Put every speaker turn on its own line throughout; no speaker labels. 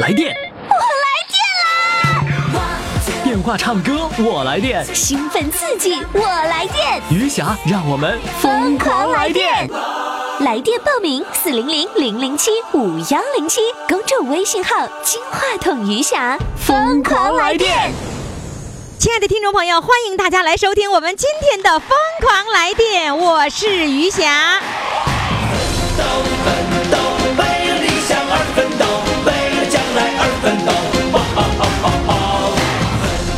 来电，电话唱歌我来电，
兴奋刺激，我来电，
余霞让我们疯狂来电。！
来电报名：四零零零零七五幺零七，公众微信号“金话筒余霞”，疯狂来电！
亲爱的听众朋友，欢迎大家来收听我们今天的《疯狂来电》，我是余霞。
奋斗，为了理想而奋斗，为了将来而奋斗。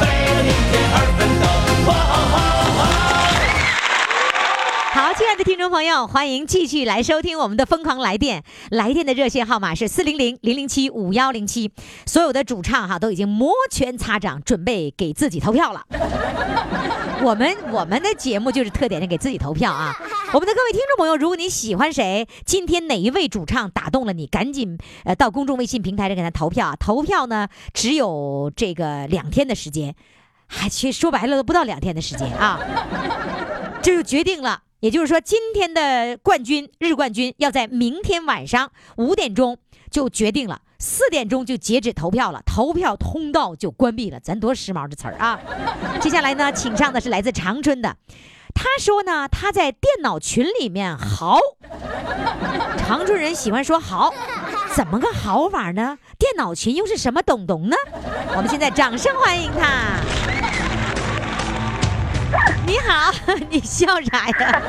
为了明天而奋斗。哇
好，亲爱的听众朋友，欢迎继续来收听我们的《疯狂来电》。来电的热线号码是四零零零零七五幺零七。所有的主唱哈都已经摩拳擦掌，准备给自己投票了。 我们我们的节目就是特点是给自己投票啊。我们的各位听众朋友，如果你喜欢谁，今天哪一位主唱打动了你，赶紧呃到公众微信平台上给他投票啊。投票呢只有这个两天的时间，还其实说白了都不到两天的时间啊。 这就决定了。也就是说，今天的冠军日冠军要在明天晚上五点钟就决定了，四点钟就截止投票了，投票通道就关闭了。咱多时髦这词儿啊！接下来呢，请上的是来自长春的，他说呢，他在电脑群里面嚎，长春人喜欢说嚎，怎么个嚎法呢？电脑群又是什么东东呢？我们现在掌声欢迎他。你好， 你笑啥呀？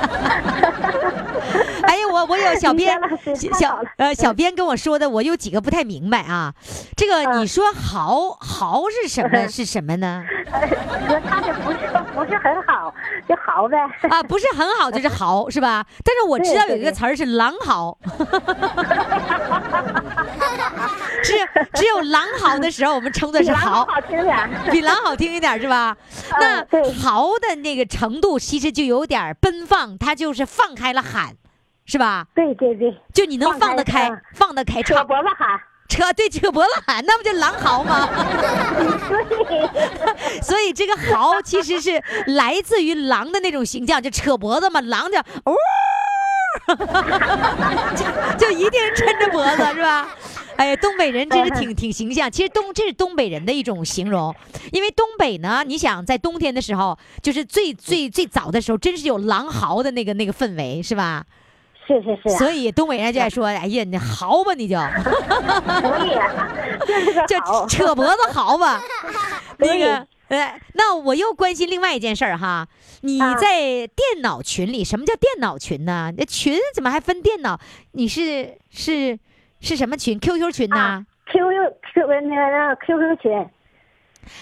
哎呀，我我有小编
李佳老师太
小
好了
呃小编跟我说的，我有几个不太明白啊。这个
嗯
你说嚎嚎是什 么是什么呢？
哎说他这不是不是很好，就好呗。
啊，不是很好，就是嚎是吧？但是我知道有一个词儿是狼嚎，只只有狼嚎的时候，我们称作
比
是
狼
嚎，
好听点儿。
比狼好听一点是吧？那
嗯对
嚎的那个程度其实就有点儿奔放，它就是放开了喊，是吧？
对对对，
就你能放
放
得
开
开
嗯，
放得开
扯
唱，
脖子喊。
扯对扯脖子喊，那不就狼嚎吗？
对，
所以这个嚎其实是来自于狼的那种形象，就扯脖子嘛，狼就 哦， 就就一定抻着脖子是 吧？哎，东北人
嗯
真是挺挺形象。其实东这是东北人的一种形容，因为东北呢，你想在冬天的时候，就是最最最早的时候，真是有狼嚎的那个那个氛围，是吧？
是是啊是，
所以东北人就爱说：“哎呀，你嚎吧，你就。”
所以啊，就是
就
个好。
扯脖子嚎 吧。那
对
个，呃，那我又关心另外一件事儿哈，你
啊
在电脑群里，什么叫电脑群呢？那群怎么还分电脑？你是是是什么群？QQ 群呐
啊 QQ Q 那个 QQ 群，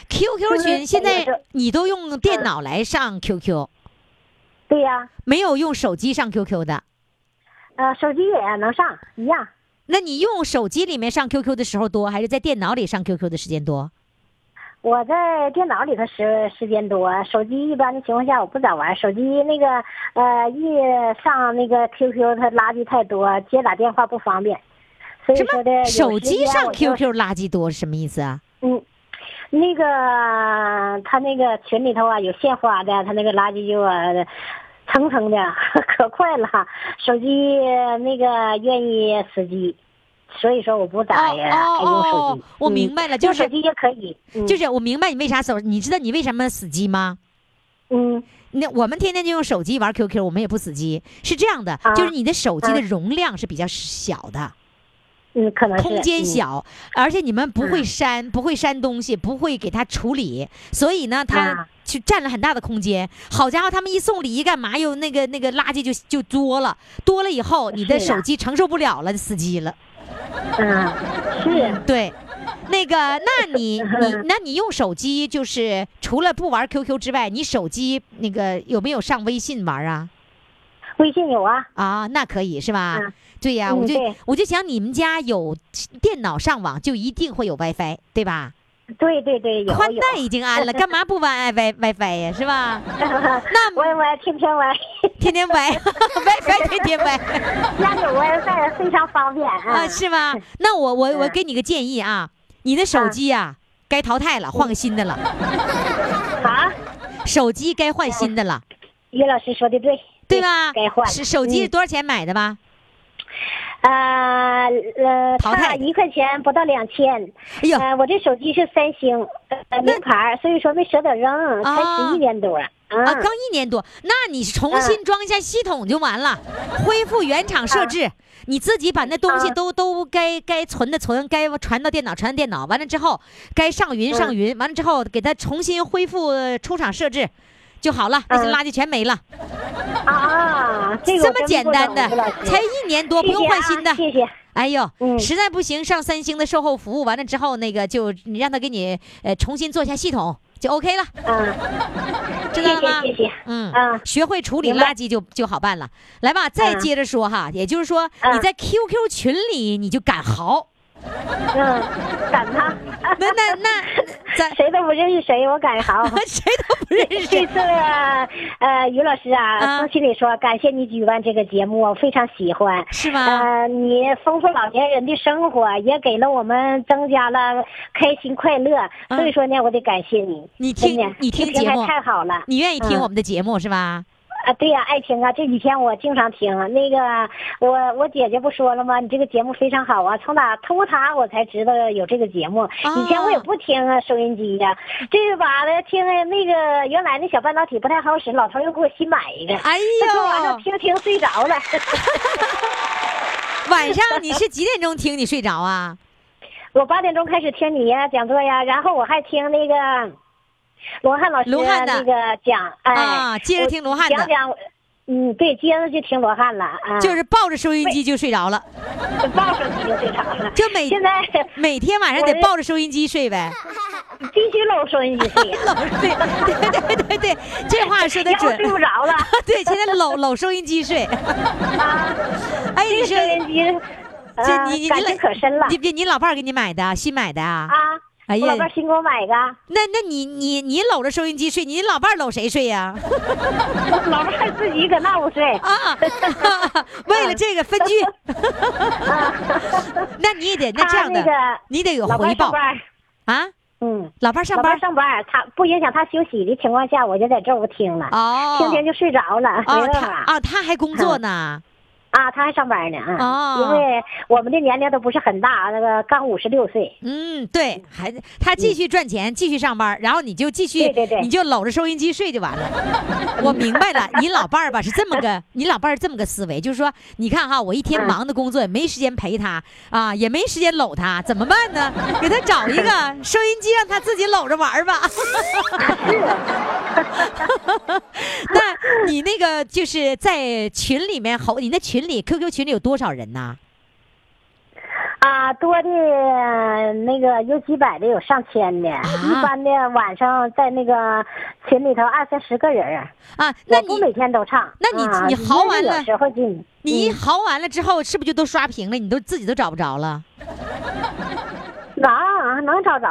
q q
QQ
群现
群
在
是
你都用电脑来上 QQ，
对呀，
没有用手机上 QQ 的。
呃，手机也能上，一样。
那你用手机里面上 QQ 的时候多，还是在电脑里上 QQ 的时间多？
我在电脑里头时时间多，手机一般的情况下我不咋玩。手机那个呃，一上那个 QQ，它垃圾太多，接打电话不方便。所以
什
说的
么手机上
QQ。
QQ 垃圾多是什么意思啊？
嗯，那个他那个群里头啊，有献花的，他那个垃圾就啊，蹭蹭的， 可快了。手机呃那个愿意死机，所以说我不咋也爱用手机。
哦我
嗯
明白了，就
用
是
手机也可以，嗯
就是我明白你为啥手，你知道你为什么死机吗？
嗯，
那我们天天就用手机玩 QQ，我们也不死机，是这样的，
啊
就是你的手机的
嗯
容量是比较小的，
嗯，可能是
空间
嗯
小，而且你们不会删，不会删东西，不会给它处理，所以呢，它
啊
就占了很大的空间。好家伙，他们一送礼一干嘛，又那个那个垃圾就就多了，多了以后你的
是啊
手机承受不了了，就死机了。
嗯，是
对，那个，那 你你那你用手机就是除了不玩 QQ 之外，你手机那个有没有上微信玩啊？
微信有啊，
啊，那可以是吧？
嗯
对呀、
嗯
我就
对
我就想你们家有电脑上网，就一定会有 WiFi，对吧？
对对对，有
宽
有。
带已经安 了，干嘛不哎安 WiFi WiFi 呀？是吧？那
歪歪天天歪，
天天歪 WiFi 天天歪
家有 WiFi 非常方便
啊，
啊
是吗？那我我我给你个建议啊，你的手机啊该淘汰了，换个新的了，
嗯啊！
手机该换新的了，
于老师说的对，
对吧？
该换
是手机
嗯
多少钱买的吧？
呃呃，
淘汰
差一块钱不到两千。
哎呦，
呃，我这手机是三星，呃，名牌儿，所以说没舍得扔，才
啊
十一年多。
啊，
啊
刚一年多，那你重新装一下系统就完了，恢复原厂设置，你自己把那东西
啊
都都该该存的存，该传到电脑传到电脑，完了之后该上云上云，完了之后给它重新恢复呃出厂设置。就好了，那些
嗯
垃圾全没了，
啊啊！这个
这
我
么
真
简
不
单
懂
的
吴老，师
才一年多，不用换新的。
谢谢啊，
哎呦，
嗯
实在不行上三星的售后服务，完了之后那个就你让他给你呃重新做一下系统就 OK 了，
谢谢啊，
知道了吗？
谢谢谢谢，
嗯
嗯
学会处理
明白
垃圾就就好办了。来吧，再
嗯
接着说哈，也就是说你
嗯
在 QQ 群里你就敢嚎，
嗯，敢他，
那那 那咱
谁都不认识谁，我敢好。
谁都不认
这
识。
次呃，于老师
啊
啊，从心里说，感谢你举办这个节目，我非常喜欢。
是吗？
呃，你丰富老年人的生活，也给了我们增加了开心快乐，
嗯
所以说呢，我得感谢你。
你
真
听
的
你
这
听
平
节
台
目，
太好了
你愿意听
嗯
我们的节目是吧？
啊！对呀、爱情啊，这几天我经常听。啊那个，我我姐姐不说了吗？你这个节目非常好啊！从哪偷她我才知道有这个节目，以前我也不听啊，收音机呀、这把的听哎那个原来那小半导体不太好使，老头又给我新买一个。
哎
这听完了
呦，
听听睡着了，
晚上你是几点钟听？你睡着啊？
我八点钟开始听你呀讲座呀，然后我还听那个罗汉老师
罗汉的
那个讲，哎，
啊接着听罗汉的
我讲讲，嗯，对，接着就听罗汉了啊，
就是抱着收音机就睡着了，
抱手机就睡着了，
就每
现在
每天晚上得
我
抱着收音机睡呗。
必须搂收音机睡呀，
老对对对对对，这话说的
要
准
睡。不着了
对，现在搂搂收音机睡。
啊，
哎，你
这收
说
音机，
这
呃
你你
感
你
情
老
可深了
你你你老伴儿给你买的，新买的啊？
啊，
哎呀
我老伴儿新给我买一个，
那那你你你搂着收音机睡，你老伴儿搂谁睡呀、
我 老伴儿自己搁那屋睡，
啊？ 为了这个分居， 那你也得那这样的，
嗯他那个
你得有
老
回
伴儿上
报
班儿，
啊！
嗯。
老伴儿上
老
班
伴
儿
儿上班，他不影响他休息的情况下，我就在这屋听了，
哦
听听就睡着了，没
哦，
办
他
法
啊他还工作呢，
啊，他还上班呢啊，
哦
因为我们的年龄都不是很大，那个刚五十六岁，
嗯，对，还他继续赚钱，继续上班儿，然后你就继续，
对对对
你就搂着收音机睡就完了。我明白了，你老伴儿吧是这么个，你老伴儿这么个思维，就是说，你看哈，我一天
嗯
忙的工作也没时间陪他啊，也没时间搂他，怎么办呢？给他找一个收音机，让他自己搂着玩儿吧。 那你那个就是在群里面吼，你那群里 QQ 群里有多少人呐？
啊，多的呃那个有几百的，有上千
啊
的，一般的晚上在那个群里头二三十个人儿，
啊，那
我
你
不每天都唱，
那你
啊
你嚎完了
有时候进，
你一
嗯
嚎完了之后，是不是就都刷屏了？你都自己都找不着了。
能能找着，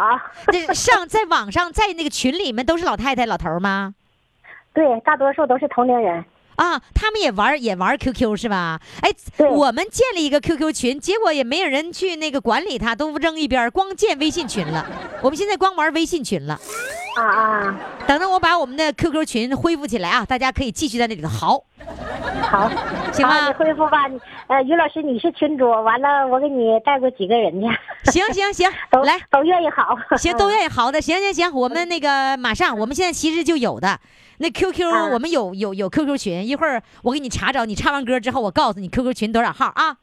这上在网上在那个群里面都是老太太、老头儿吗？
对，大多数都是同龄人，
啊，他们也玩儿也玩儿 QQ 是吧？哎，
对
我们建了一个 QQ 群，结果也没有人去那个管理它，都扔一边儿，光建微信群 了。我们现在光玩微信群了。
啊啊，
等着我把我们的 QQ 群恢复起来啊，大家可以继续在那里头嚎，
好。
行
啊，你
吗？
恢复吧，你呃，于老师你是群主，完了我给你带过几个人去，
行行行
都，
来，
都愿意好，
行，都愿意好的，行行行，我们那个马上，我们现在其实就有的。那 QQ
啊
我们有有有 QQ 群，一会儿我给你查找，你唱完歌之后，我告诉你 QQ 群多少号啊？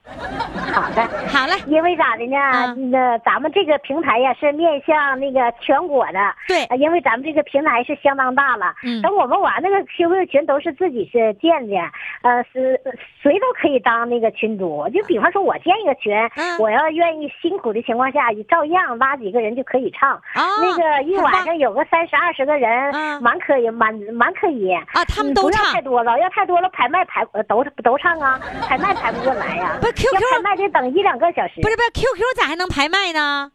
好的。
好嘞，
因为咋的呢？
嗯
那咱们这个平台呀是面向那个全国的，
对
呃因为咱们这个平台是相当大了。
嗯
等我们玩那个 QQ 群都是自己是建的，呃，是谁都可以当那个群主。就比方说我建一个群，
嗯
我要愿意辛苦的情况下，照样拉几个人就可以唱。
啊，
那个一
很棒
晚上有个三十二十个人，
嗯
蛮可以，蛮蛮可以。
啊，他们
嗯
都
不要
唱
太，多了，要太多了排麦排呃都都唱 啊，排麦排不过来呀、啊
不是 QQ
要排麦得等一两个小时。
不是不是 QQ 咋还能排麦呢？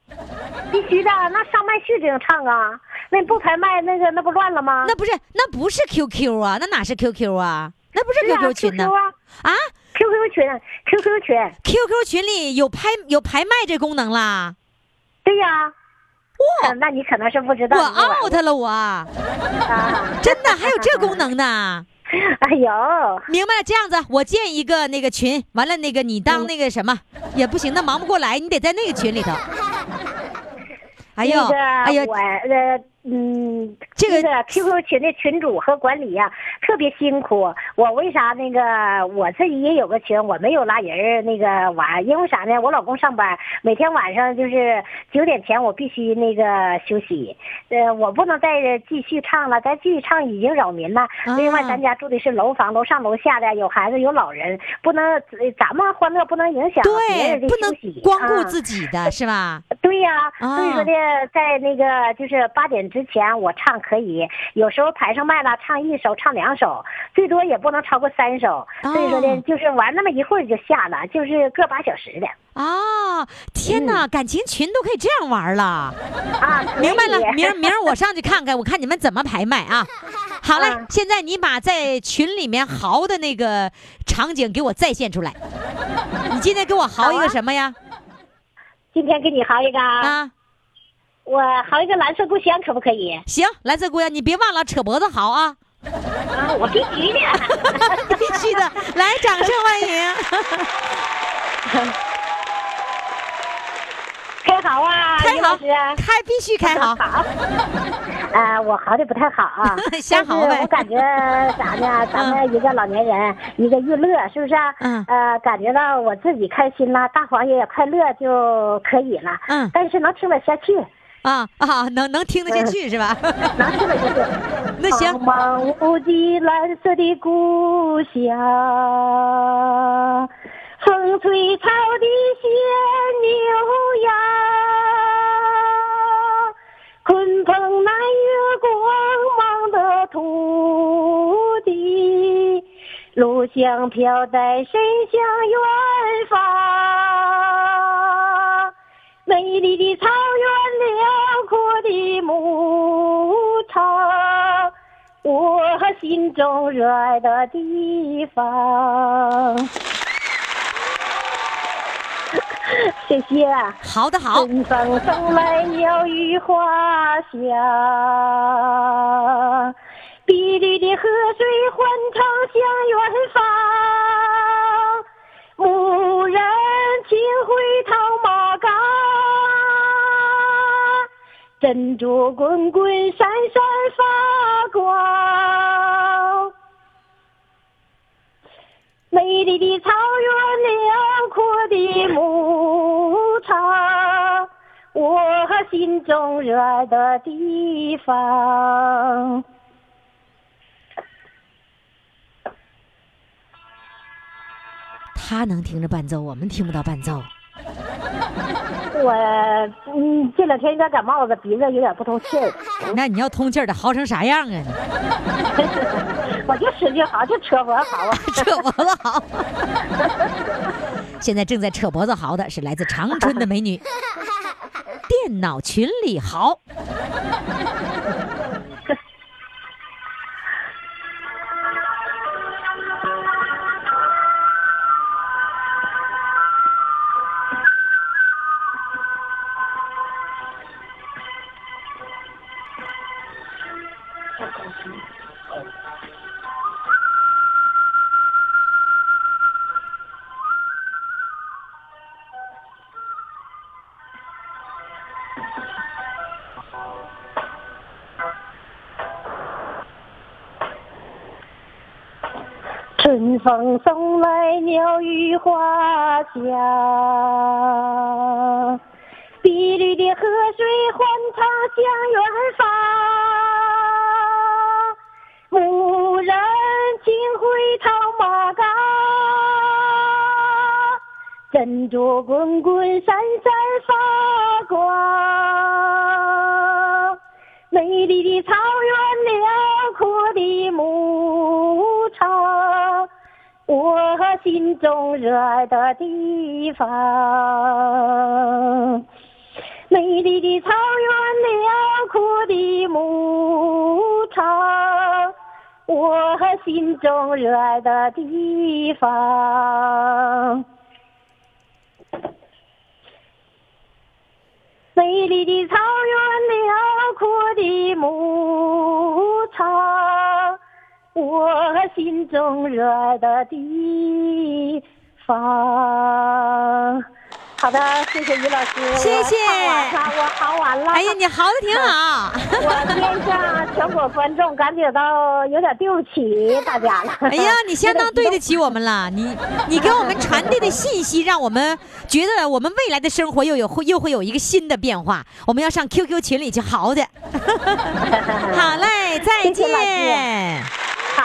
必须的，那上麦序这样唱啊，那不开麦那个那不乱了吗？
那不是那不是 QQ 啊，那哪是 QQ 啊？那不是
对啊
QQ 群呢？
QQ 啊
啊
，QQ 群，QQ 群，
，QQ 群里有拍有排麦这功能啦，
对呀、嗯那你可能是不知道。
我
你以为
out 了我，
啊！
真的还有这功能呢。
哎呦，
明白了，这样子，我建一个那个群，完了那个你
嗯
当那个什么、也不行，那忙不过来，你得在那个群里 头。哎呦，
那个
哎呦
我，呃嗯，
这个
那个 QQ 群的群主和管理呀、特别辛苦。我为啥那个我自己也有个群，我没有拉人儿那个玩，因为啥呢？我老公上班，每天晚上就是九点前我必须那个休息，呃，我不能再继续唱了，再继续唱已经扰民了。
啊
另外，咱家住的是楼房，楼上楼下的有孩子有老人，不能呃咱们欢乐不能影响别
对
人，的
不
休息
能光顾
啊
自己的、是 吧？
对呀、
啊
所以说呢，在那个就是八点之前我唱可以，有时候排上麦了唱一首唱两首，最多也不能超过三首。
哦
所以说呢，就是玩那么一会儿就下了，就是个把小时的嗯
啊、天哪，感情群都可以这样玩了。
啊。可以
明白了，明儿明儿我上去看看，我看你们怎么排麦啊。好嘞
嗯，
现在你把在群里面嚎的那个场景给我再现出来。你今天给我嚎一
好
个
啊
什么呀？
今天给你嚎一个，啊、
啊，
我嚎一个蓝色故乡，可不可以？
行，蓝色姑娘，你别忘了扯脖子嚎啊，
啊，我必 须的。
必须的。来，掌声欢迎。
开好啊，
开
李
好，
老师。
开必须开好。，
好。呃，我嚎的不太好啊
瞎嚎呗
但是我感觉咋 呢？咱们一个老年人，一个娱乐，是不是、啊？
嗯
呃，感觉到我自己开心了，大黄也快乐就可以了。
嗯
但是能听得下去，
啊啊，能能听得进
嗯
去是吧？
能听得下去。
那行，
茫茫无际蓝色的故乡，风吹草低见牛羊，鲲鹏南越光芒的土地，路香飘带伸向远方。美丽的草原，辽阔的牧场，我心中热爱的地方。谢谢。啊
嚎的好，
春风送来鸟语花香，碧绿的河水欢唱向远方。牧人轻挥套马杆，珍珠滚滚闪闪发光。美丽的草原，辽阔的牧场，我心中热爱的地方。
他能听着伴奏，我们听不到伴奏。
我嗯，这两天有点感冒了，鼻子有点不通气儿，
那你要通气儿的嚎成啥样啊？你
我就使劲嚎，就扯脖嚎啊。
扯脖子嚎。现在正在扯脖子嚎的是来自长春的美 女，电脑群里嚎。
春风送来鸟语花香，碧绿的河水欢唱向远方。牧人轻挥套马杆，珍珠滚滚闪闪发光。美丽的草原，辽阔的牧场，我心中热爱的地方。美丽的草原，辽阔的牧场，我心中热爱的地方。美丽的草原，辽阔的牧场，我心中热爱的地方。好的，谢谢于老师，
谢谢
我好晚了，我好晚了。
哎呀，你嚎的挺好。
我面向全国观众感觉到有点对不 起大家了。
哎呀，你相当对得起我们 了，你你给我们传递的信息，让我们觉得我们未来的生活又有会又会有一个新的变化。我们要上 QQ 群里去嚎 的。好嘞，再
谢谢老师
见，
好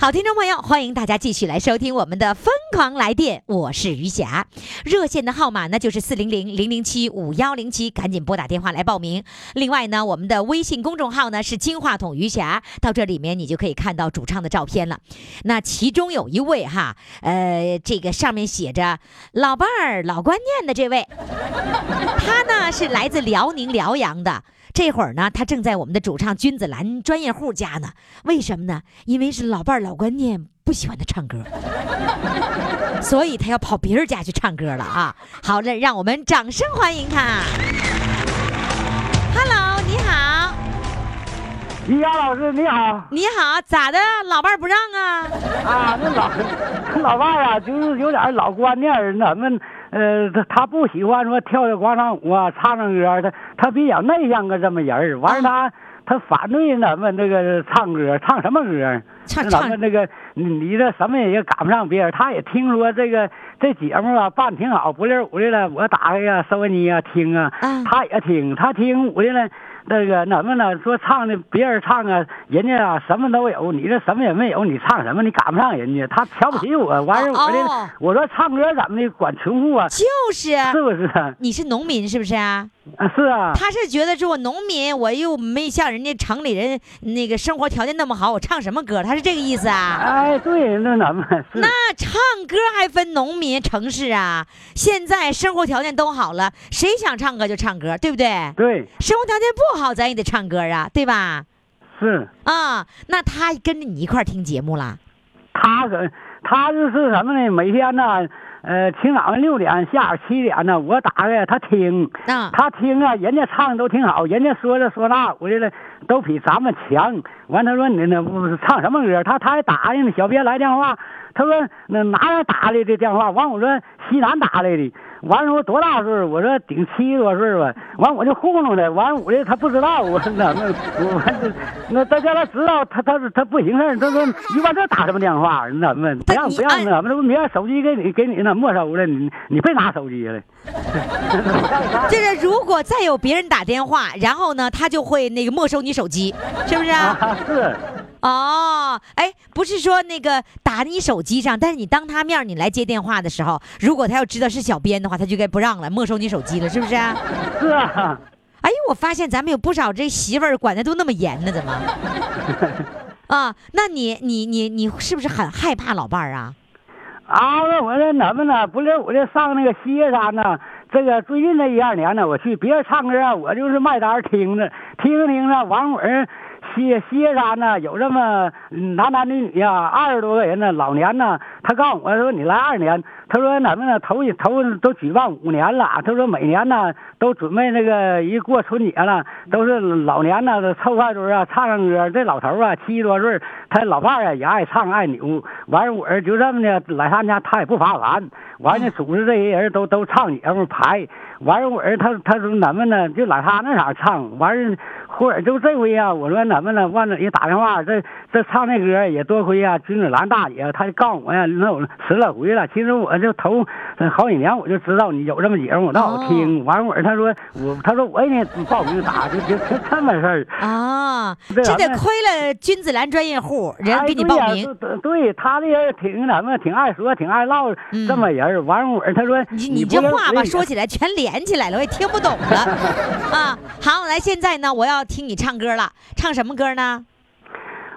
好，听众朋友，欢迎大家继续来收听我们的《疯狂来电》，我是于霞。热线的号码呢就是四零零零零七五幺零七，赶紧拨打电话来报名。另外呢，我们的微信公众号呢是“金话筒于霞”，到这里面你就可以看到主唱的照片了。那其中有一位哈，呃，这个上面写着“老伴儿老观念”的这位， 他呢是来自辽宁辽阳的。这会儿呢，他正在我们的主唱君子兰专业户家呢。为什么呢？因为是老伴儿老观念不喜欢他唱歌， 所以他要跑别人家去唱歌了啊！好了，让我们掌声欢迎他。Hello，你好，
于洋老师你好
你好，咋的？老伴儿不让啊？
啊，那老 老爸呀、就是有点老观念儿，咱们呃，他他不喜欢说跳跳广场舞啊，唱唱歌儿，他他比较内向个这么人儿。完了
啊
他他反对咱们这个唱歌，唱什么歌儿？
唱
咱们
唱
这个你你这什么也赶不上别人，他也听说这个这节目啊办挺好，不溜不溜的，我打开呀收音机啊听啊，
啊
他也听，他听我的呢，那个怎么呢？说唱的别人唱啊，人家啊什么都有，你这什么也没有，你唱什么？你赶不上人家，他瞧不起我。完事儿我
哦
的，我说唱歌怎么的管存户啊？
就是。
是不是啊？
你是农民是不是啊？
啊是啊，
他是觉得说我农民，我又没像人家城里人那个生活条件那么好，我唱什么歌？他是这个意思啊？
哎，对，那咱们是
那唱歌还分农民、城市啊？现在生活条件都好了，谁想唱歌就唱歌，对不对？
对
生活条件不好，咱也得唱歌啊，对吧？
是。
啊、那他跟着你一块儿听节目了
他可他就是什么呢？每天呢，呃，清早上六点，下午七点呢，我打开他听，
啊？
他听啊，人家唱的都挺好，人家说这说那，我这了都比咱们强。完，他说你那不是唱什么歌？他他还打听呢，小编来电话，他说那哪有打来的电话？完，我说西南打来的。完了，我多大岁数？我说顶七十多岁吧。完，我就糊弄他。完，我这他不知道，我 那那我我那大家他知道，他他他不行事儿。他说你往这打什么电话？你怎么不让
你
不让
按
那咱们这不明儿手机给你给你那没收了，你你别拿手机了。
这是如果再有别人打电话，然后呢，他就会那个没收你手机，是不是啊？
啊，是。
哦，哎，不是说那个打你手机上，但是你当他面儿你来接电话的时候，如果他要知道是小编的话，他就该不让了，没收你手机了，是不是啊、
是啊，
哎，我发现咱们有不少这媳妇儿管的都那么严呢，怎么？啊，那你你你你是不是很害怕老伴儿啊？
啊，那我这怎么呢？不是我这上那个西岳山呢，这个最近这一二年呢，我去别人唱歌啊，我就是卖单儿听着，听着听着，完会儿西西岳山呢有这么嗯男男女女啊，二十多个人呢，老年呢，他告诉我说你来二年，他说咱们呢头一头都举办五年了，他说每年呢都准备那个一过春节了，都是老年呢都凑饭桌啊唱唱歌，这老头儿啊七十多岁儿，他老伴儿啊也爱唱爱扭，完事儿我儿就这么的来他家，他也不罚完，完了组织这些人都都唱节目排，完事儿我儿他他说咱们呢就来他那啥唱，完事儿或者就这回啊，我说咱们呢万子也打电话，这这唱那歌也多亏啊君子兰大姐，她就告诉我呀，那有十来回了，其实我
就头呃好几年我就知道你有这么节目，我倒好听。完会儿他说我，他说我也得报名打，就就就这么事儿。
啊，
对
这
咱
得
们
亏了君子兰专业户，人家给你报名
哎。对呀对对他这人挺咱们挺爱说，挺爱唠
嗯
这么人儿。完会儿他说
你你
不
这
能
话
随
吧，
你
说起来全连起来了，我也听不懂 了啊！好，来，现在呢，我要听你唱歌了，唱什么歌呢？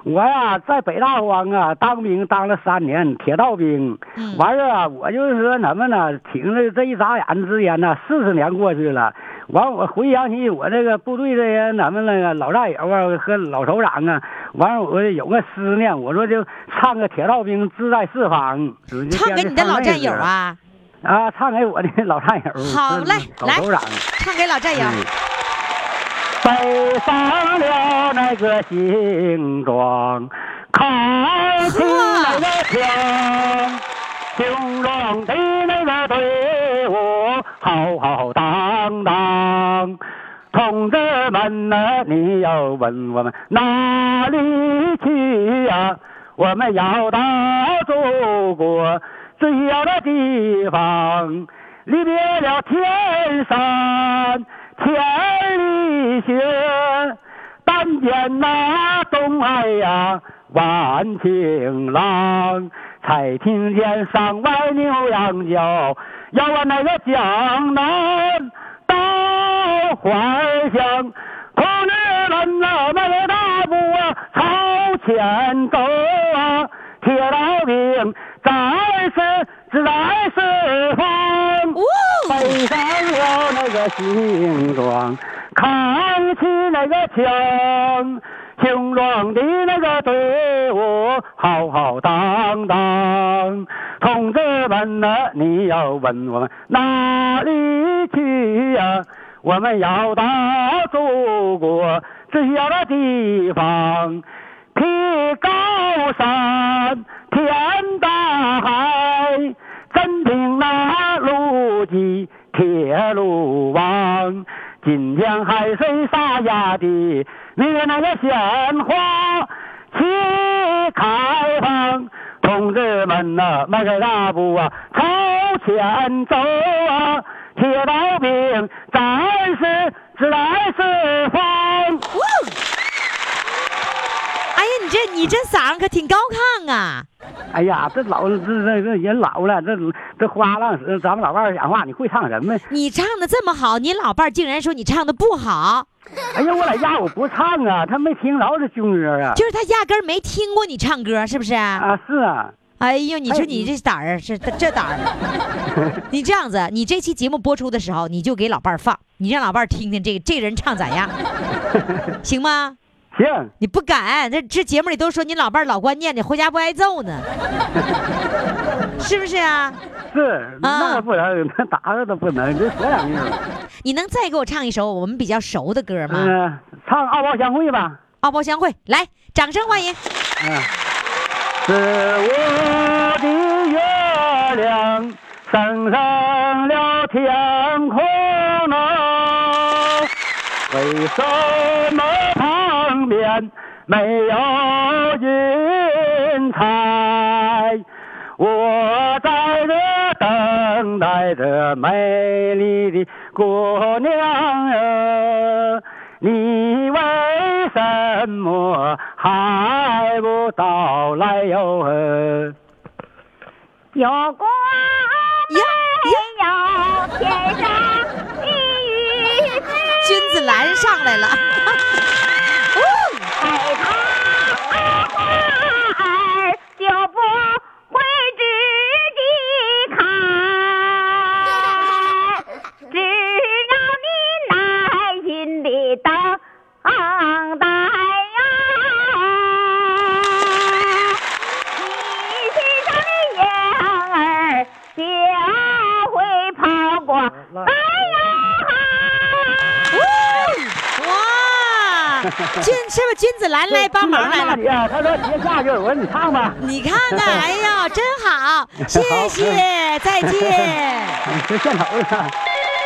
我呀，在北大荒啊当兵当了三年，铁道兵。
嗯
完事儿啊，我就是说怎么呢？挺着这一眨眼之间呢，四十年过去了。完，我回想起我这个部队这些咱们那个老战友啊和老首长啊，完了我有个思念，我说就唱个铁道兵志在四方，就就
唱给你的老战友啊，
啊，唱给我的老战友，
好嘞
嗯老
来
首长。嗯
唱给老战友。
背上了那个行装，扛起那个枪，雄壮的那个队伍浩浩荡荡。同志们呐、你要问我们哪里去呀、我们要到祖国最遥的地方，离别了天山千里雪，但见那东海呀万顷浪，才听见上外牛羊叫，要往那个江南到还乡。同志们呐，迈着大步啊，朝前走啊，铁道兵在是志在四方。
哦，
背上了那个行装，扛起那个枪，雄壮的那个队伍浩浩荡荡。同志们呐、你要问我们哪里去呀、我们要到祖国最遥的地方，披高山，天大海。真凭那路基铁路网，锦江海水沙哑的那个那个鲜花齐开放。同志们呐、迈开大步啊，朝前走啊！铁道兵咱是自来四方。
哎呀，你这你这嗓儿可挺高亢啊！
哎呀，这老这这这人老了，这这花浪时，咱们老伴儿讲话，你会唱什么？
你唱的这么好，你老伴儿竟然说你唱的不好，
哎呀，我在家我不唱啊，他没听着这军歌啊。
就是他压根儿没听过你唱歌，是不是？
啊，是啊，
哎呦，你说
哎
你这胆儿是这胆儿，啊 你这样子，你这期节目播出的时候，你就给老伴儿放，你让老伴儿听听这个这人唱咋 样，行吗？
行，
你不敢，这这节目里都说你老伴儿老观念，你回家不挨揍 呢，是不是啊？
是那不能，那打着都不能，就说两句吧。
你能再给我唱一首我们比较熟的歌吗？
嗯、唱《敖包相会》吧。
敖包相会，来，掌声欢迎！
嗯、是我的月亮升上了天空啊，为什么旁边没有云彩？我在这等待着美丽的姑娘儿，你为什么还不到来哟？儿？
有光
呀，
没有天上的雨丝，
君子兰上 来了，哦
爱他爱花儿就不会自己开，只要你耐心的等待呀。你身上的羊儿就啊会跑过哎来呀！
哇，啊君是不是君子兰来帮忙来了？
你啊，他说别下去，我说你唱吧。
你看看，哎呀，真好，谢谢， 再 见。
你这献头了。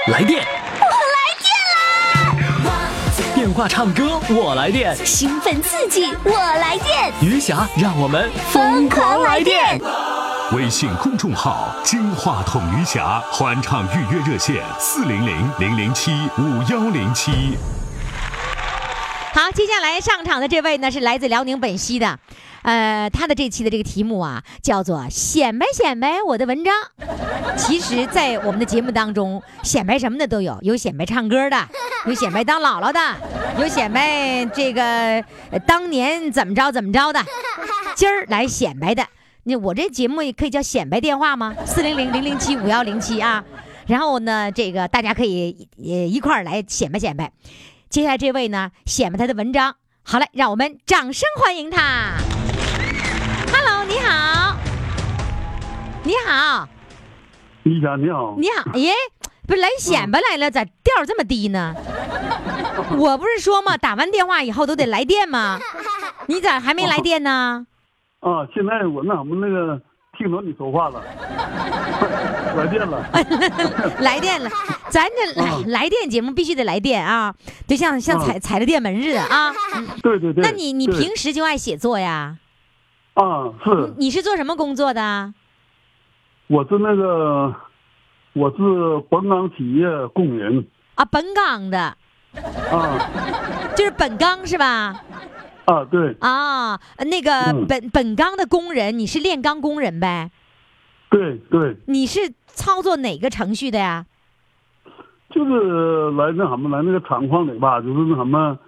来电，我来电啦！电话唱歌，我来电。
兴奋刺激，我来电，
余霞，让我们
疯狂来电！微信公众号“金话筒余霞”欢唱预约热线：四零零零零七五幺零七。
好，接下来上场的这位呢是来自辽宁本溪的，呃，他的这期的这个题目啊叫做“显摆显摆我的文章”。其实，在我们的节目当中，显摆什么的都有，有显摆唱歌的，有显摆当姥姥的，有显摆这个呃当年怎么着怎么着的。今儿来显摆的，那我这节目也可以叫显摆电话吗？四零零零零七五幺零七啊。然后呢，这个大家可以也一块儿来显摆显摆。接下来这位呢，显摆他的文章。好嘞，让我们掌声欢迎他。Hello，你好，你好，
李霞你好，
你好，耶，不是来显摆来了，咋调儿这么低呢？我不是说嘛，打完电话以后都得来电吗？你咋还没来电呢？
啊，现在我那什么那个听不着你说话了， 来电了，
来电了，咱这来、
嗯
来电节目必须得来电啊，就像像踩踩着电门似的啊。
对对对。
那你你
对
平时就爱写作呀？
啊是，
你是做什么工作的？
我是那个，我是本港企业工人
啊，本港的，
啊
就是本钢是吧？
啊对
啊，呃那个
嗯
本、本钢的工人，你是炼钢工人呗？
对对，
你是操作哪个程序的呀？
就是来那什么来那个厂矿里吧，就是那什么，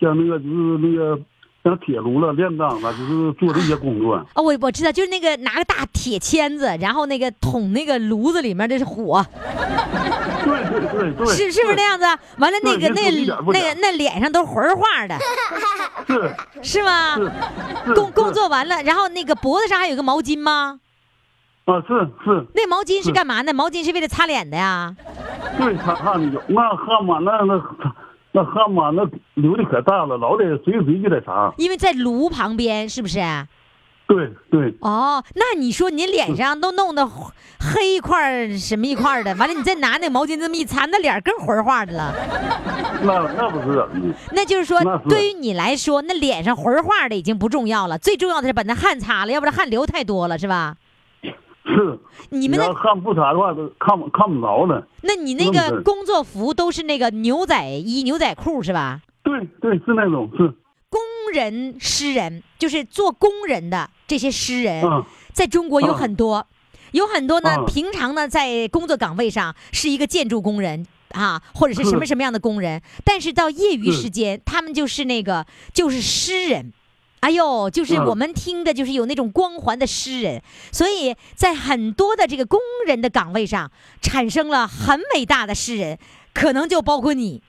像那个就是那个像铁炉了、炼钢了，就是做这些工作。
哦，我我知道，就是那个拿个大铁钎子，然后那个捅那个炉子里面的火，
对对对对，
是是不是那样子？完了那个
对
那
一
那
点不假
个那脸上都是魂儿画的，
是
是吗？
是
工工
是
作完了，然后那个脖子上还有个毛巾吗？
啊是是。
那毛巾是
是
干嘛的？毛巾是为了擦脸的呀？
对，擦汗有那汗嘛，那那那汗嘛，那流的可大了，老得随随就得擦。
因为在炉旁边，是不是？
对对
哦，那你说你脸上都弄的黑一块儿什么一块儿的，完了你再拿那毛巾这么一擦，那脸儿更魂化的了。
那那不是啊怎么的，
那就是说
那，是
对于你来说，那脸上魂化的已经不重要了，最重要的是把那汗擦了，要不然汗流太多了，是吧？
是
你们
要
那，
汗不擦的话，都看不看不着了。
那你那
那么
个
是
工作服都是那个牛仔衣、牛仔裤是吧？
对对，是那种是，
工人、诗人，就是做工人的这些诗人，
嗯
在中国有
嗯
很多，有很多呢
嗯。
平常呢，在工作岗位上是一个建筑工人啊，或者是
是
什么什么样的工人，但是到业余
是
时间，他们就是那个就是诗人。哎呦，就是
嗯
我们听的，就是有那种光环的诗人，所以在很多的这个工人的岗位上，产生了很伟大的诗人，可能就包括你。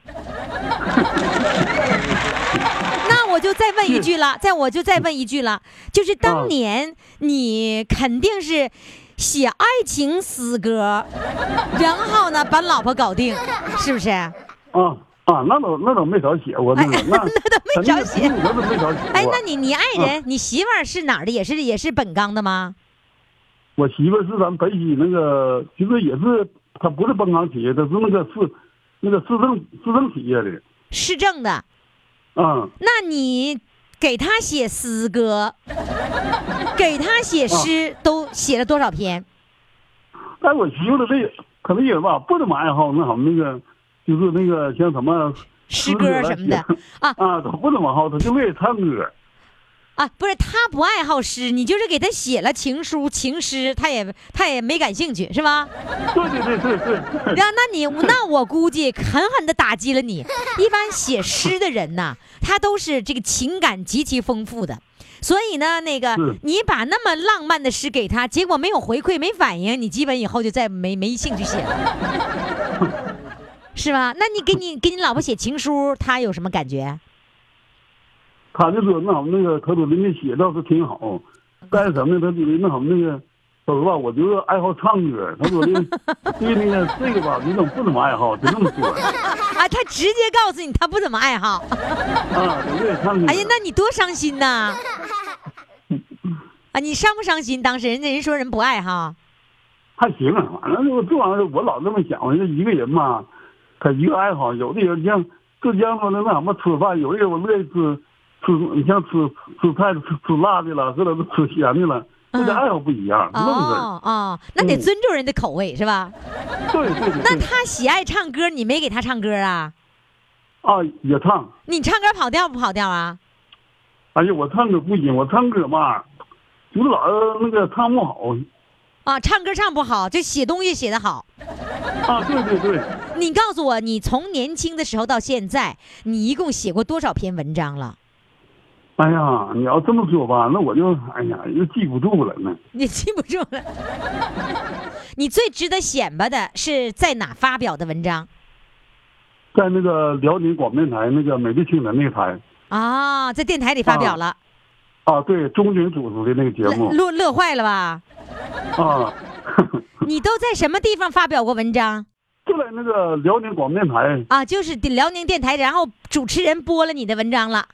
那我就再问一句了，再我就再问一句了，就是当年你肯定是写爱情诗歌，然后呢把老婆搞定，是不是？
啊啊，那倒那倒没少写过，那个 那那
哎没少写
那都没少写过。
哎，那你你爱人，你媳妇儿是哪儿的？也是也是本钢的吗？
我媳妇儿是咱北西那个，其实也是，她不是本港企业，她是那个市那个市政市政企业的。
市政的。
啊
那你给他写诗歌，给他写诗，都写了多少篇？
但我媳妇儿这可能也吧，不怎么爱好那什么那个，就是那个像什么
诗歌什么的啊
啊，她不怎么好，她就为唱歌。
啊，不是他不爱好诗，你就是给他写了情书、情诗，他也他也没感兴趣，是吧？
对对对对对对
那那你那我估计狠狠的打击了你。一般写诗的人呐、他都是这个情感极其丰富的，所以呢，那个
是
你把那么浪漫的诗给他，结果没有回馈、没反应，你基本以后就再没没兴趣写了，是吧？那你给你给你老婆写情书，她有什么感觉？
她就说那什么那个，她说人家写倒是挺好，但是什么呢？她觉得那什么那个。她说吧，我就是爱好唱歌。她 说的，对那个这个吧，你怎么不怎么爱好？就这么说
啊，她直接告诉你她不怎么爱好。
啊，我也唱歌。
哎呀，那你多伤心 呐！啊，你伤不伤心？当时人家人说人不爱哈。
还行，反正就这玩意儿，我老这么想，我说一个人嘛，他一个爱好，有的人像浙江说的那什么吃饭，有的人我乐意吃吃，你像吃吃菜吃吃辣的了，或者是吃咸的了，大家
嗯
爱好不一样，是愣事儿。
哦哦，那得
嗯
尊重人的口味是吧？
对对对
那
对，
他喜爱唱歌，你没给他唱歌啊？
啊也唱，
你唱歌跑调不跑调啊？
哎呀，我唱歌不行，我唱歌嘛，就是老是那个唱不好
啊，唱歌唱不好，就写东西写得好。
啊。对对对，
你告诉我，你从年轻的时候到现在，你一共写过多少篇文章了？
哎呀，你要这么说吧，那我就哎呀又记不住了呢。
你记不住 了。你最值得显摆的是在哪发表的文章
在那个辽宁广播电台那个美丽青年那个台
啊？在电台里发表了，
啊，对，钟军主持的那个节目
乐乐乐坏了吧？
啊，
你都在什么地方发表过文章
就在那个辽宁广播电台
啊？就是辽宁电台，然后主持人播了你的文章了。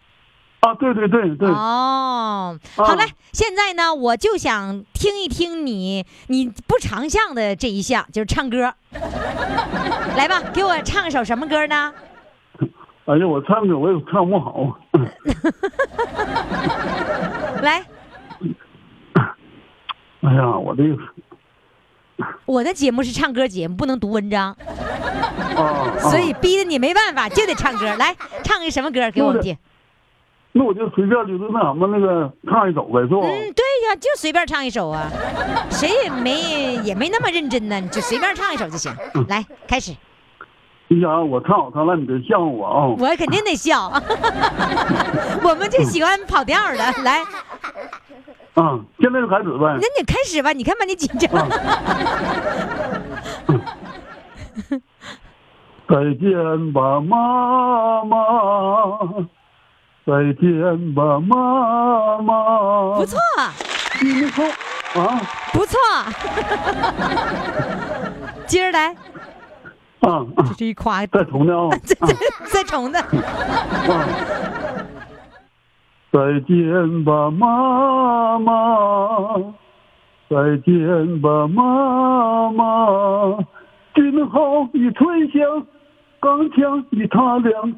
啊，对对对对，
哦，好
啊
嘞，现在呢，我就想听一听你你不长项的这一项，就是唱歌。 来吧，给我唱首什么歌呢？
哎呀，我唱歌我也唱不好，
来，
哎呀，我这
我的节目是唱歌节目，不能读文章，
啊，啊
所以逼得你没办法，就得唱歌。来，唱个什么歌给我们听？
那我就随便就是那什么那个唱一首呗，是不？
嗯，对呀，就随便唱一首啊，谁也没也没那么认真呢，你就随便唱一首就行。来，开始，
你想我唱好唱烂，你别笑我啊、
我肯定得笑，我们就喜欢跑调的。来，
啊，现在就开始呗
那。你开始吧，你看把你紧张。
再见吧，妈妈。再见吧，妈妈。
不错，
你们说啊
不错。接着来，
啊
这
啊！
是一夸，
再重的啊、
再再 再重的。
啊！再见吧，妈妈。再见吧，妈妈。今后已春香，钢枪已擦亮，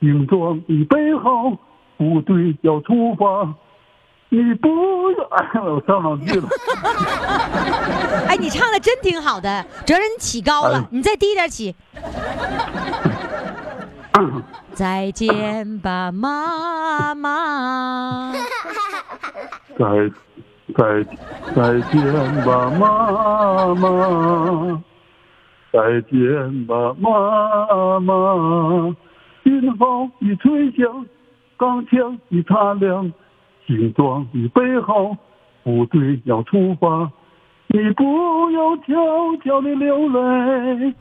行装已备好，部队要出发。你不要，哎，我上上去了。
哎，你唱的真挺好的，主要是你起高了
哎，
你再低点起。再见吧，妈妈。
再再再见吧，妈妈！再见吧，妈妈！军号已吹响，钢枪已擦亮，行装已备好，部队要出发。你不要悄悄地流泪，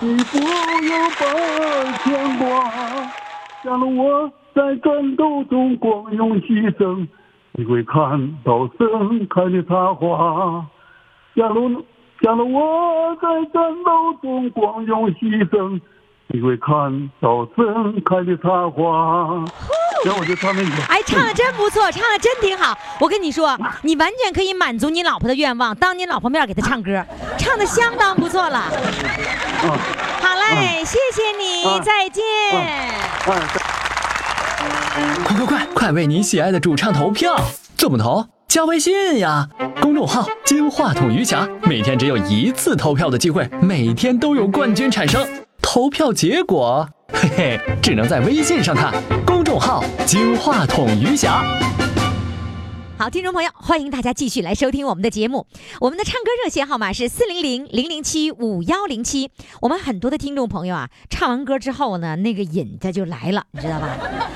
你不要把牵挂。假如我在战斗中光荣牺牲，你会看到盛开的茶花。假如假如我在战斗中光荣牺牲，你会看到盛开的茶花。然后我就唱那个，
哎，唱的真不错，唱的真挺好。我跟你说，你完全可以满足你老婆的愿望，当你老婆面给她唱歌，唱的相当不错了。好嘞，谢谢你，
啊
再见。
哎。
快快快，快为你喜爱的主唱投票！怎么投？加微信呀，公众号“金话筒余霞”，每天只有一次投票的机会，每天都有冠军产生。投票结果，嘿嘿，只能在微信上看。公众号“金话筒余霞”。
好，听众朋友，欢迎大家继续来收听我们的节目。我们的唱歌热线号码是四零零零零七五幺零七。我们很多的听众朋友啊，唱完歌之后呢，那个瘾他就来了，你知道吧？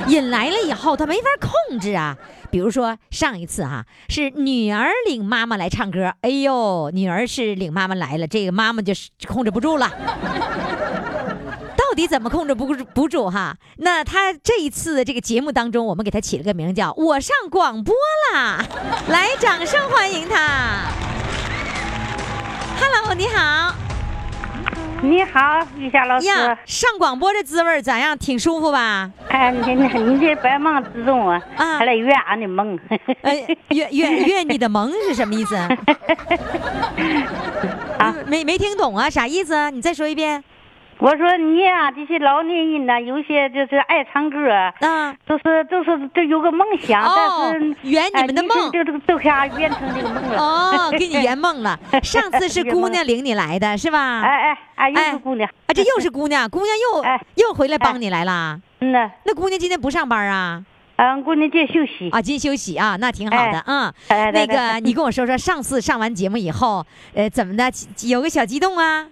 瘾来了以后，他没法控制啊。比如说上一次哈、是女儿领妈妈来唱歌，哎呦，女儿是领妈妈来了，这个妈妈就是控制不住了。到底怎么控制不住不住哈？那他这一次的这个节目当中，我们给他起了个名叫“我上广播啦”， 来，掌声欢迎他。Hello，你好
你好，玉霞老师。
呀，上广播这滋味儿咋样？挺舒服吧？
哎，你你你这白忙之中啊，
啊
还来圆俺的梦。
呃，越越 越你的萌是什么意思？没没听懂啊，啥意思啊？你再说一遍。
我说你呀、这些老年人呐，有些就是爱唱歌，
啊，
就是就是这有个梦想，
哦
但是
圆你们的梦
哎就就就下圆成这个梦了。
哦，给你圆梦了。上次是
圆梦
姑娘领你来的是吧？
哎哎哎，又
哎
是姑娘，
啊，这又是姑 娘，姑娘又、
哎
又回来帮你来啦。
嗯呐，
那姑娘今天不上班啊？
嗯，姑娘借休息。
啊，今天休息啊，那挺好的
哎
啊、
哎
那
对对
个，你跟我说说，上次上完节目以后，呃，怎么的，有个小激动啊？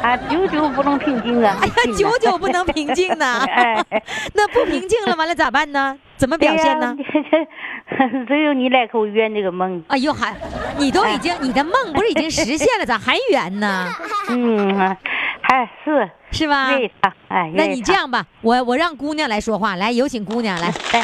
啊，久久不能平静啊！。
哎呀，久久不能平静呢
哎哎
那不平静了，完了咋办呢？怎么表现呢？
对呀这 只有你来给我圆这个梦。
哎呦，还你都已经、
哎
你的梦不是已 经实现了，咋还圆呢？
嗯，啊哎是
是吧？
愿意唱，哎，
那
愿意
你这
唱
样吧，我我让姑娘来说话，来有请姑娘来。
哎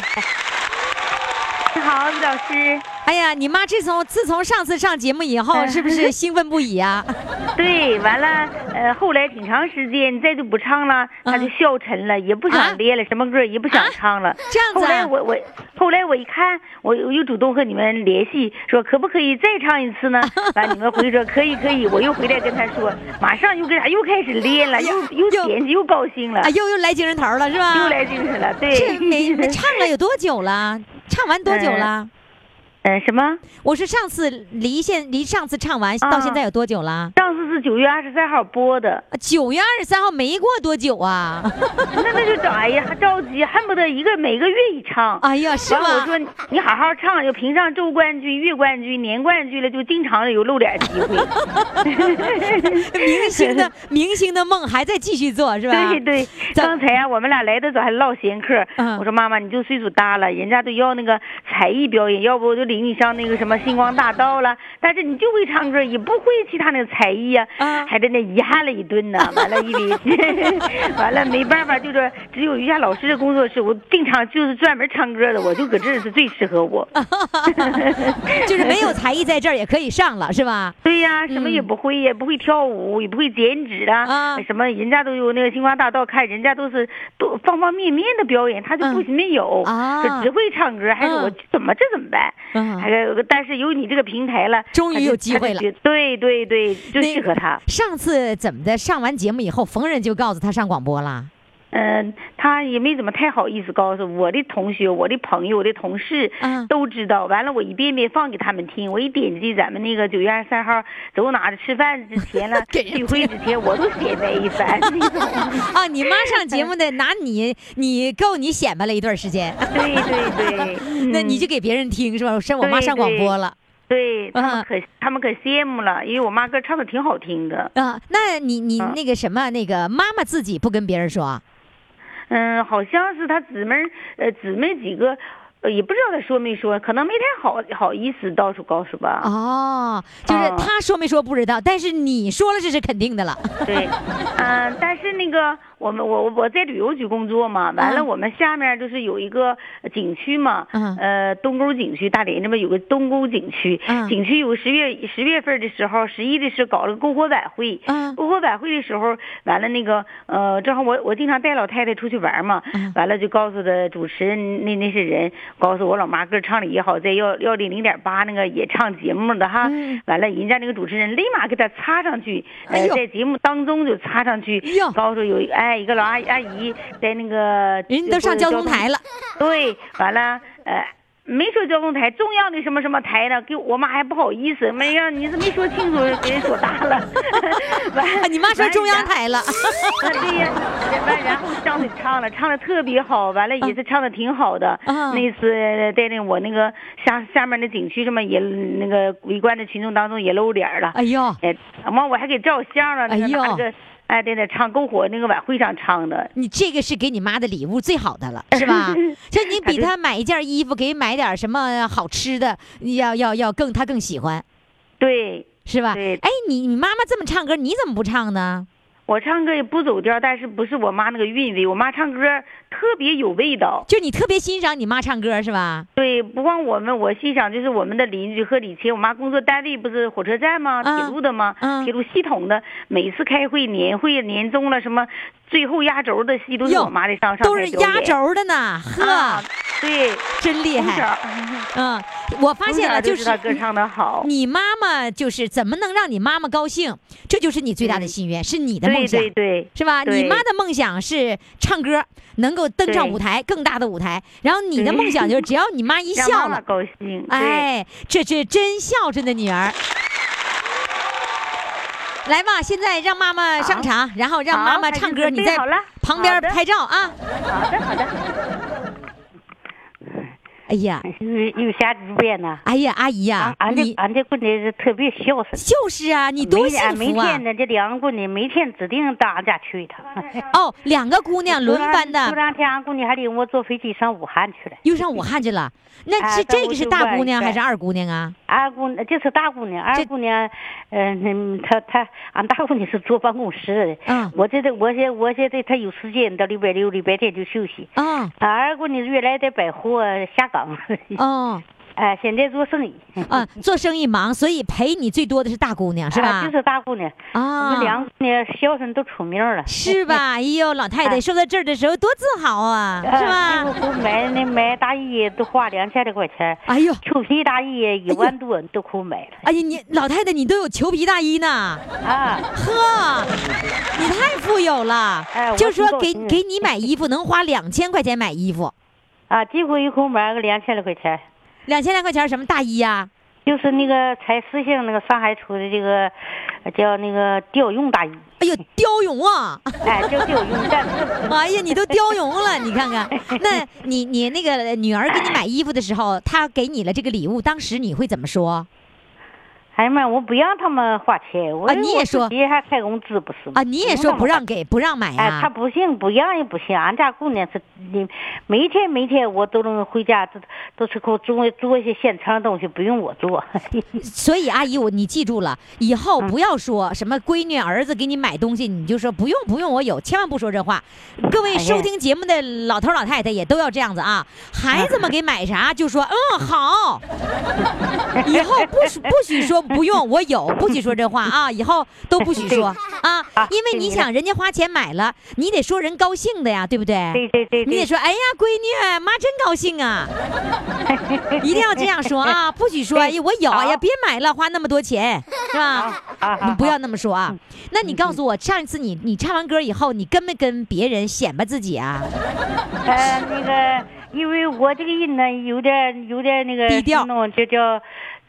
你好，于老师，嗯
哎呀，你妈自从自从上次上节目以后，是不是兴奋不已啊？
对，完了，呃，后来挺长时间再就不唱了，他就消沉了，也不
嗯啊
想列了，什么歌也不想唱了。
这样
后
子
来
啊？
我我后来我一看，我我又主动和你们联系，说可不可以再唱一 次呢？完，你们回说可以可以，我又回来跟他说，马上又跟他又开始练了，又又
哎 又
点又高兴了
啊，，又又来精神头了是吧？
又来精神了。
这
对，
没没唱了有多久了？唱完多久了？
呃
嗯，什么？
我是上次离现离上次唱完到
啊
现在有多久了？
上次是九月二十三号播的，
九月二十三号没过多久啊！
那那就找哎呀，还着急，恨不得一个每个月一唱。
哎呀，是
完了，我
吗？
说你你好好唱，就评上周冠军、月冠军、年冠军了，就经常有露脸机会。
明星的明星的梦还在继续做是吧？
对对，
咱
刚才啊，我们俩来的早还唠闲嗑。
嗯
我说妈妈，你就岁数大了，人家都要那个才艺表演，要不我就领你上那个什么星光大道了。但是你就会唱歌，也不会其他那个才艺呀、
嗯
还在那遗憾了一顿呢。完了，因为 完了没办法，就是只有瑜伽老师的工作室，我经常就是专门唱歌的，我就搁这儿是最适合我。
就是没有才艺在这儿也可以上了是吧？ 嗯
对呀、什么也不会，也不会跳舞，也不会剪纸啦，
啊
什么人家都有那个星光大道看，人家都是都方方面面的表演，他就不
嗯
没有，
啊
就只会唱歌，还是我
嗯
怎么这怎么办？
嗯
还有但是有你这个平台了，
终于
他就
有机会了。
他就觉对对对，就
那
适合他。
上次怎么的？上完节目以后，逢人就告诉他上广播了。
嗯、他也没怎么太好意思告诉我的同学、我的朋友、我的同事，
嗯，
都知道。完了，我一遍遍放给他们听，我一点击咱们那个九月二十三号走哪儿吃饭之前了
给人
聚会之前，我都显摆一 番那种。
啊，你妈上节目的拿你，你够你显摆了一段时间，
对对对，嗯
那你就给别人听是吧？我说我妈上广播了
对
嗯
他们可他们可羡慕了，因为我妈歌唱的挺好听的。
啊。那你你
嗯
那个什么那个妈妈自己不跟别人说啊？
嗯，好像是他姊妹儿呃姊妹几个。呃，也不知道他说没说，可能没太好好意思到处告诉吧。
哦，就是
嗯
她说没说不知道，但是你说了这是肯定的了。
对， 嗯、但是那个我们我我在旅游局工作嘛，完了
嗯
我们下面就是有一个景区嘛，
嗯
呃，东沟景区，大连那边有个东沟景区，
嗯
景区有十月十月份的时候，十一的时候搞了个篝火晚会，
嗯
篝火晚会的时候，完了那个呃，正好我我经常带老太太出去玩嘛，
嗯
完了就告诉的主持人那那些人，告诉我老妈歌唱的也好，在幺幺零零点八那个也唱节目的哈，
嗯
完了人家那个主持人立马给他插上去，
哎
呃
呦
在节目当中就插上去
哎呦，
告诉有一哎一个老阿姨阿姨在那个
人家都上交通台了，
对，完了，呃，没说交通台，中央的什么什么台呢？给我妈还不好意思，没让你是没说清楚，给人说 大了。
啊
完
你妈说中央。
完
台了，
然啊对呀，完然后上去唱了，唱的特别好，完了
嗯
也是唱的挺好的。
啊
那次在那我那个下下面的景区上面也那个围观的群众当中也露脸了。
哎呦，
哎，完我还给照相了，那个
哎呦
拿着，哎，对对，唱篝火那个晚会上唱的，
你这个是给你妈的礼物最好的了，是 吧？就你比她买一件衣服，给买点什么好吃的，要要要更她更喜欢，
对。
是吧？
对
哎，你你妈妈这么唱歌，你怎么不唱呢？
我唱歌也不走调，但是不是我妈那个韵味，我妈唱歌特别有味道。
就你特别欣赏你妈唱歌是吧？
对，不光我们，我欣赏就是我们的邻居和李琴，我妈工作单位不是火车站吗？
嗯
铁路的吗？
嗯
铁路系统的，每次开会、年会、啊年终了什么，最后压轴的戏都是
哟
我妈的上上
都是
台表演
压轴的呢，呵，
啊
对，
真厉
从
害。
小
嗯，我发
从
现
小
了，
就是知道歌唱的好。
你妈妈就是怎么能让你妈妈高兴，这就是你最大的心愿，是你的梦
对
想，
对对，
是吧？
对
你妈的梦想是唱歌，能够登上
对
舞台，更大的舞台。然后你的
对
梦想就是，只要你妈一
让妈
笑
妈
了，
高兴。对。
哎，这是真孝顺的女儿。来吧，现在让妈妈上场，然后让妈
好
妈
孩子
唱歌，
准
你
备
在
好了
旁边
好的
拍照啊。
好的，好的。
哎呀，
有有啥主编呢？
哎呀，阿姨呀、
啊俺这
你
俺这棍子是特别孝顺。
就是啊，你多
每
幸
俺每
福啊
天！呢，这两个棍子每天指定到俺家去一趟。
哦，两个姑娘轮番
昨
的
两天俺姑娘还领我坐飞机上武汉去了。
又上武汉去了。那
哎
是
到
这个
我
是
就
大
问
姑
一
娘还
下
是二姑娘啊？
二姑娘，这是大姑娘，
这
二姑娘，嗯、她她俺大姑娘是坐办公室的。
嗯
我这得我现我现在她有时间到礼拜六、礼拜天就休息。
啊
俺二姑娘原来在百货下岗，
哦
哎，现在做生意。
啊，做生意忙，所以陪你最多的是大姑娘是
啊
吧
就？是大姑娘，我
啊
们，两个姑娘孝顺都出名了。
是 吧？哎呦，老太太
哎
说到这儿的时候多自豪啊，是
啊
吧？
这个我买那买大衣都花两千多块钱，
哎呦，
裘皮大衣一万多都够买了
哎呀，你老太太你都有裘皮大衣呢，
啊！
呵，你太富有了。
哎我
就说
挺
给
高兴
给你买衣服能花两千块钱买衣服，
啊，结果一共买个两千多块钱，
两千来块钱什么大衣啊呀、
就是那个采丝性那个上海出的这个呃叫那个貂绒大衣，
哎呦，貂绒 啊！
哎，叫貂绒，但是
哎呀，你都貂绒了，你看 看，那你你那个女儿给你买衣服的时候，她给你了这个礼物，当时你会怎么说
哎呀妈，我不让他们花钱， 我
啊你也
我自
说
己还开工资不是吗
啊？你也说不让。给，不让买
哎，她
啊？
不行，不让也不行。俺家姑娘是，你每天每天我都能回家，都都是给我做做一些现成的东西，不用我做。
所以阿姨，我你记住了，以后
嗯
不要说什么闺女儿子给你买东西，你就说不用不用，我有，千万不说这话。各
哎
位收听节目的老头老太太也都要这样子啊，孩子们给买啥就说嗯好，以后不许不许说不用，我有，不许说这话啊，以后都不许说啊，因为你想人家花钱买了，你得说人高兴的呀，对不对？
对对对
你得
对，
说，哎呀，闺女，妈真高兴啊！ 一定要这样说 啊，不许说，哎呀，我有，哎呀，别买了，花那么多钱，是吧？
啊嗯
你不要那么说啊！那你告诉我，上一次你你唱完歌以后，你跟没跟别人显摆自己啊？
呃，那个，因为我这个人呢，有点有点那个
低调
那种就叫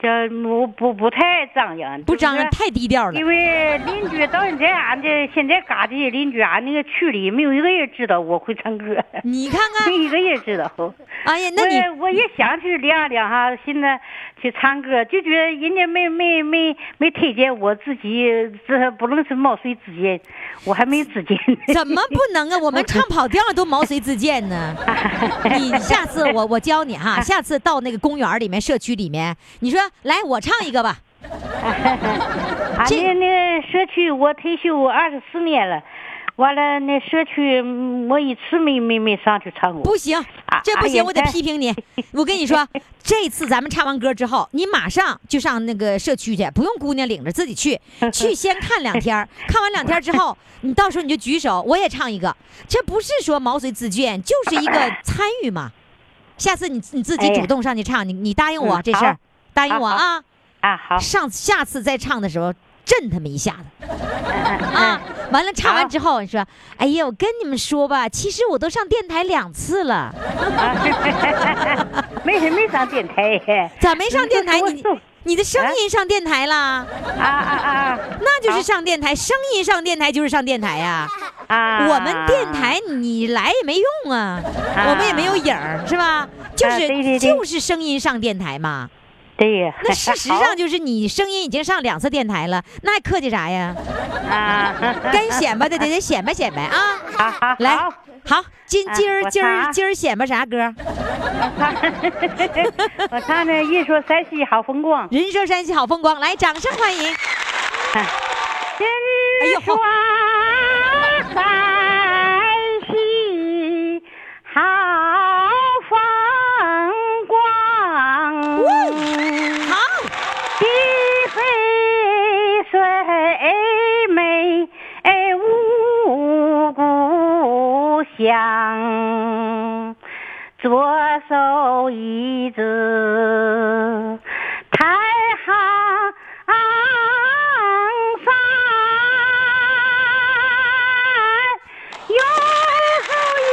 叫我不不太张扬，
不张
就
扬，
是
太低调了
因。为邻居到现在，俺这现在嘎这些邻居，啊俺那个区里没有一个人知道我会唱歌，
你看看，
没一个人知道。
哎呀，那你
我我也想去亮亮哈，现在去唱歌，就觉得人家没没没没推荐我自己，这不论是毛遂自荐，我还没有自荐呢。
怎么不能 啊？我们唱跑调都毛遂自荐呢。你你下次我我教你 哈，下次到那个公园里面、社区里面，你说来我唱一个 吧。
俺
这
那那社区我退休二十四年了，完了那社区嗯我一次没没没上去唱过。
不行
啊，
这不
哎
行，
呀
我得
哎
批评 你。我跟你说，这次咱们唱完歌之后，你马上就上那个社区去，不用姑娘领着自己 去，去先看两天儿，看完两天儿之后，你到时候你就举手，我也唱一个。这不是说毛遂自荐，就是一个参与 嘛。下次你你自己
哎呀
主动上去唱，你你答应我
嗯
这事儿
好，
答应我
好
啊。
啊，好，
上下次再唱的时候震他们一下 子，啊，完了唱完之后你说，哎呀，我跟你们说吧，其实我都上电台两次了，
没没上电台，
咋没上电台？
你
你
说我
你的声音上电台啦，
啊啊
那就是上电台，声音上电台就是上电台呀、
啊啊！
我们电台你来也没用啊，我们也没有影儿，是吧？就是、
啊对对对
就是声音上电台嘛。
对呀，
那事实上就是你声音已经上两次电台了，那还客气啥呀？
啊，
该显摆的得得显摆显摆啊！
好好
来，好，今今儿
啊
今
我唱
儿
啊
今儿显摆啥歌？
我唱的《一说山西好风光》。
人生山西好风光，来，掌声欢迎！哎呦
人说山西好风光，
好，
地肥水美五谷香。
左手一指太行山，右手一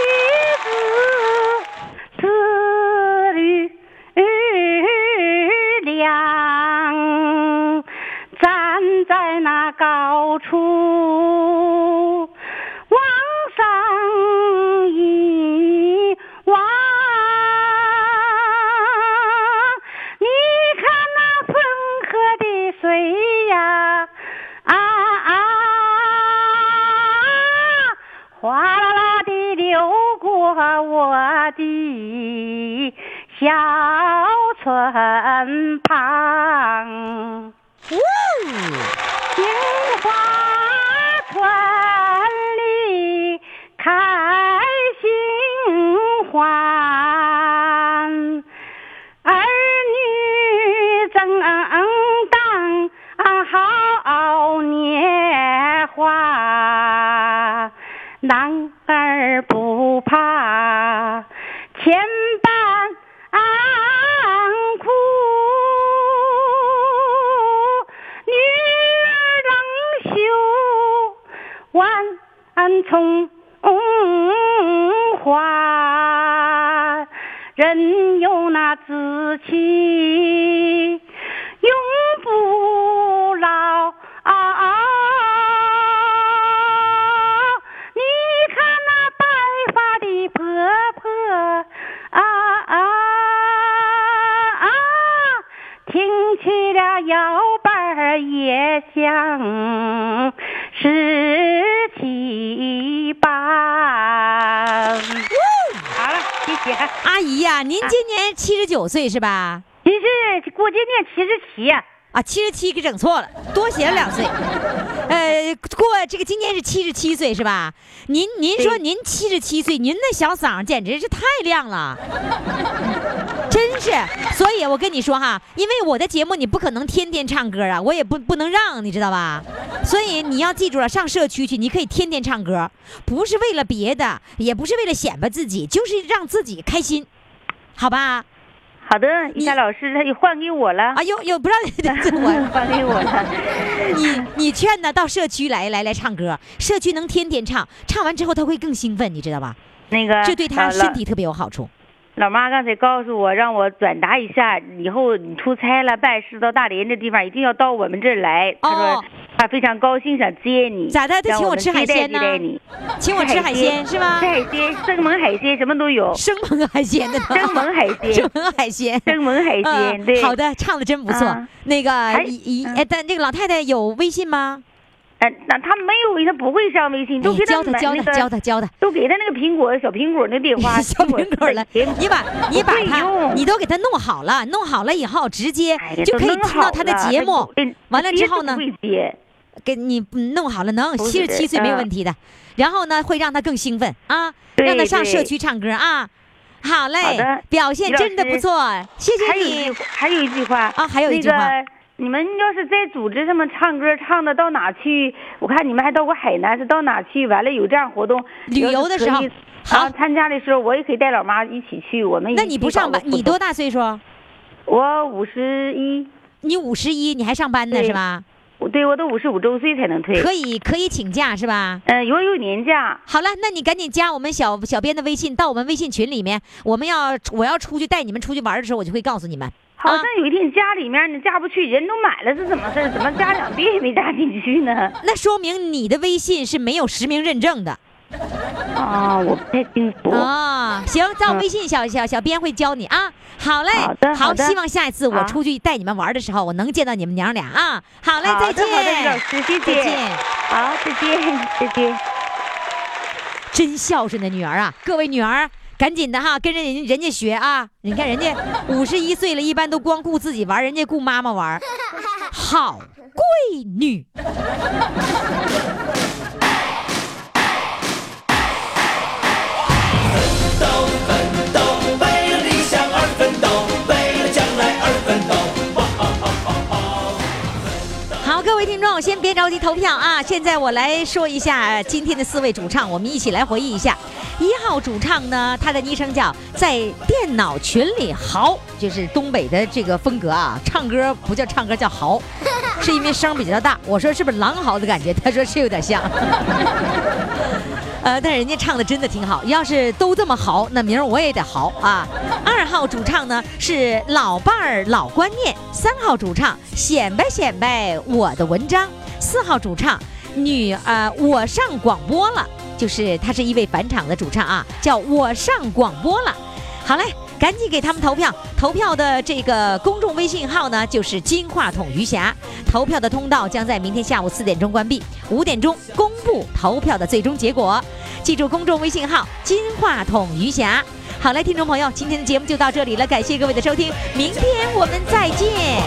指自律良，站在那高处。往上一望，你看那汾河的水呀，啊啊，哗啦啦地流过我的小村旁。杏花村里开杏花，儿女争当啊好年华，男儿不怕千般苦。女儿郎袖万重花，人有那志气，永不老。你看那白发的婆婆啊啊啊，挺起了摇摆儿也像十七八。好了，谢谢。
阿姨呀、您今年七十九岁是吧？
您是过今年七十七呀？
啊，七十七给整错了，多写了两岁。呃，过这个今年是七十七岁是吧？您您说您七十七岁，您那小嗓儿简直是太亮了，真是。所以我跟你说哈，因为我的节目你不可能天天唱歌啊，我也不不能让你知道吧？所以你要记住了，上社区去，你可以天天唱歌，不是为了别的，也不是为了显摆自己，就是让自己开心，好吧？
好的，于霞老师，他又换给我了，
啊，又又不让你 我。
换给我了。
你你劝他到社区来来来唱歌，社区能天天唱，唱完之后他会更兴奋，你知道吧？
那个
这对他
老
身体特别有好处。
老妈刚才告诉我，让我转达一下，以后你出差了、办事到大连这地方，一定要到我们这儿来。她
哦
说她非常高兴，想接你。
咋的她
让
请我
们
吃海
接待
鲜呢
接待你，
请我吃海鲜是吗
吃？海鲜，生猛海鲜什么都有，
生猛海鲜的呢，
生猛海
生
鲜，
猛海鲜，
生猛海鲜，
嗯
对。
好的，唱的真不错
啊。
那个
还
一一，哎但这个老太太有微信吗？
嗯，那他没有，他不会上微信，都
你
给他
教她
买
教
那
她
个，
教她教她。
都给他那个苹果小苹果那电 话，
小苹果了，
苹
你把你
我
把
会
它，
用
你都给它弄好了，弄好了以后直接
哎呀
就
都
可以
弄
听到
好
他的
了
节
那
目
不会。
完了
接
之后
都
呢
不，会接。
给你嗯弄好了能，
不是
七十七岁没有
嗯
问题的。然后呢，会让他更兴奋啊，让他
对
上社
对
区唱歌啊。好嘞
的，
表现
于老
真的不
师
错，谢
还
谢
有一
你
句。还有一句话
啊还有一句话
那个你们要是在组织上面唱歌，唱的到哪去？我看你们还到过海南，是到哪去？完了有这样活动，
旅游的时候
要是可以
好
啊，参加的时候我也可以带老妈一起去。我们一
那你
起
不上
搞个
班，你
活动
多？大岁数？
我五十一，
你五十一，你还上班呢
对
是吧？
我对我都五十五周岁才能退。
可以可以请假是吧？
嗯，我有年假，
好了，那你赶紧加我们小小编的微信，到我们微信群里面。我们要我要出去带你们出去玩的时候，我就会告诉你们。
好
啊
像有一天家里面你嫁不去，人都买了是怎么事儿？怎么家长别也没嫁进去呢？
那说明你的微信是没有实名认证的
啊，我不太清楚。
啊。行，在
嗯
微信小小小编会教你啊。好嘞，
好的好的啊
希望下一次我
好
出去带你们玩的时候，我能见到你们娘俩啊。好嘞，
好
再
的
见，
好的，于老师，谢
再
谢。
见。
好，再见，再见。
真孝顺的女儿啊！各位女儿，赶紧的哈，跟着人家人家学啊！你看人 家五十一岁了，一般都光顾自己玩，人家顾妈妈玩， 好闺女。
奋斗，奋斗，为了理想而奋斗，为了将来而奋斗。
好，好，各位听众，先别着急投票啊！现在我来说一下呃今天的四位主唱，我们一起来回忆一下。一号主唱呢，他的昵称叫在电脑群里嚎，就是东北的这个风格啊，唱歌不叫唱歌叫嚎，是因为声比较大。我说是不是狼嚎的感觉？他说是有点像。呃，但人家唱的真的挺好。要是都这么嚎，那明儿我也得嚎啊！二号主唱呢是老伴儿老观念，三号主唱显摆显摆我的文章，四号主唱女呃我上广播了，就是她是一位返场的主唱啊，叫我上广播了。好嘞，赶紧给他们投票。投票的这个公众微信号呢，就是金话筒余霞。投票的通道将在明天下午四点钟关闭，五点钟公布投票的最终结果。记住公众微信号金话筒余霞。好嘞，听众朋友，今天的节目就到这里了，感谢各位的收听，明天我们再见。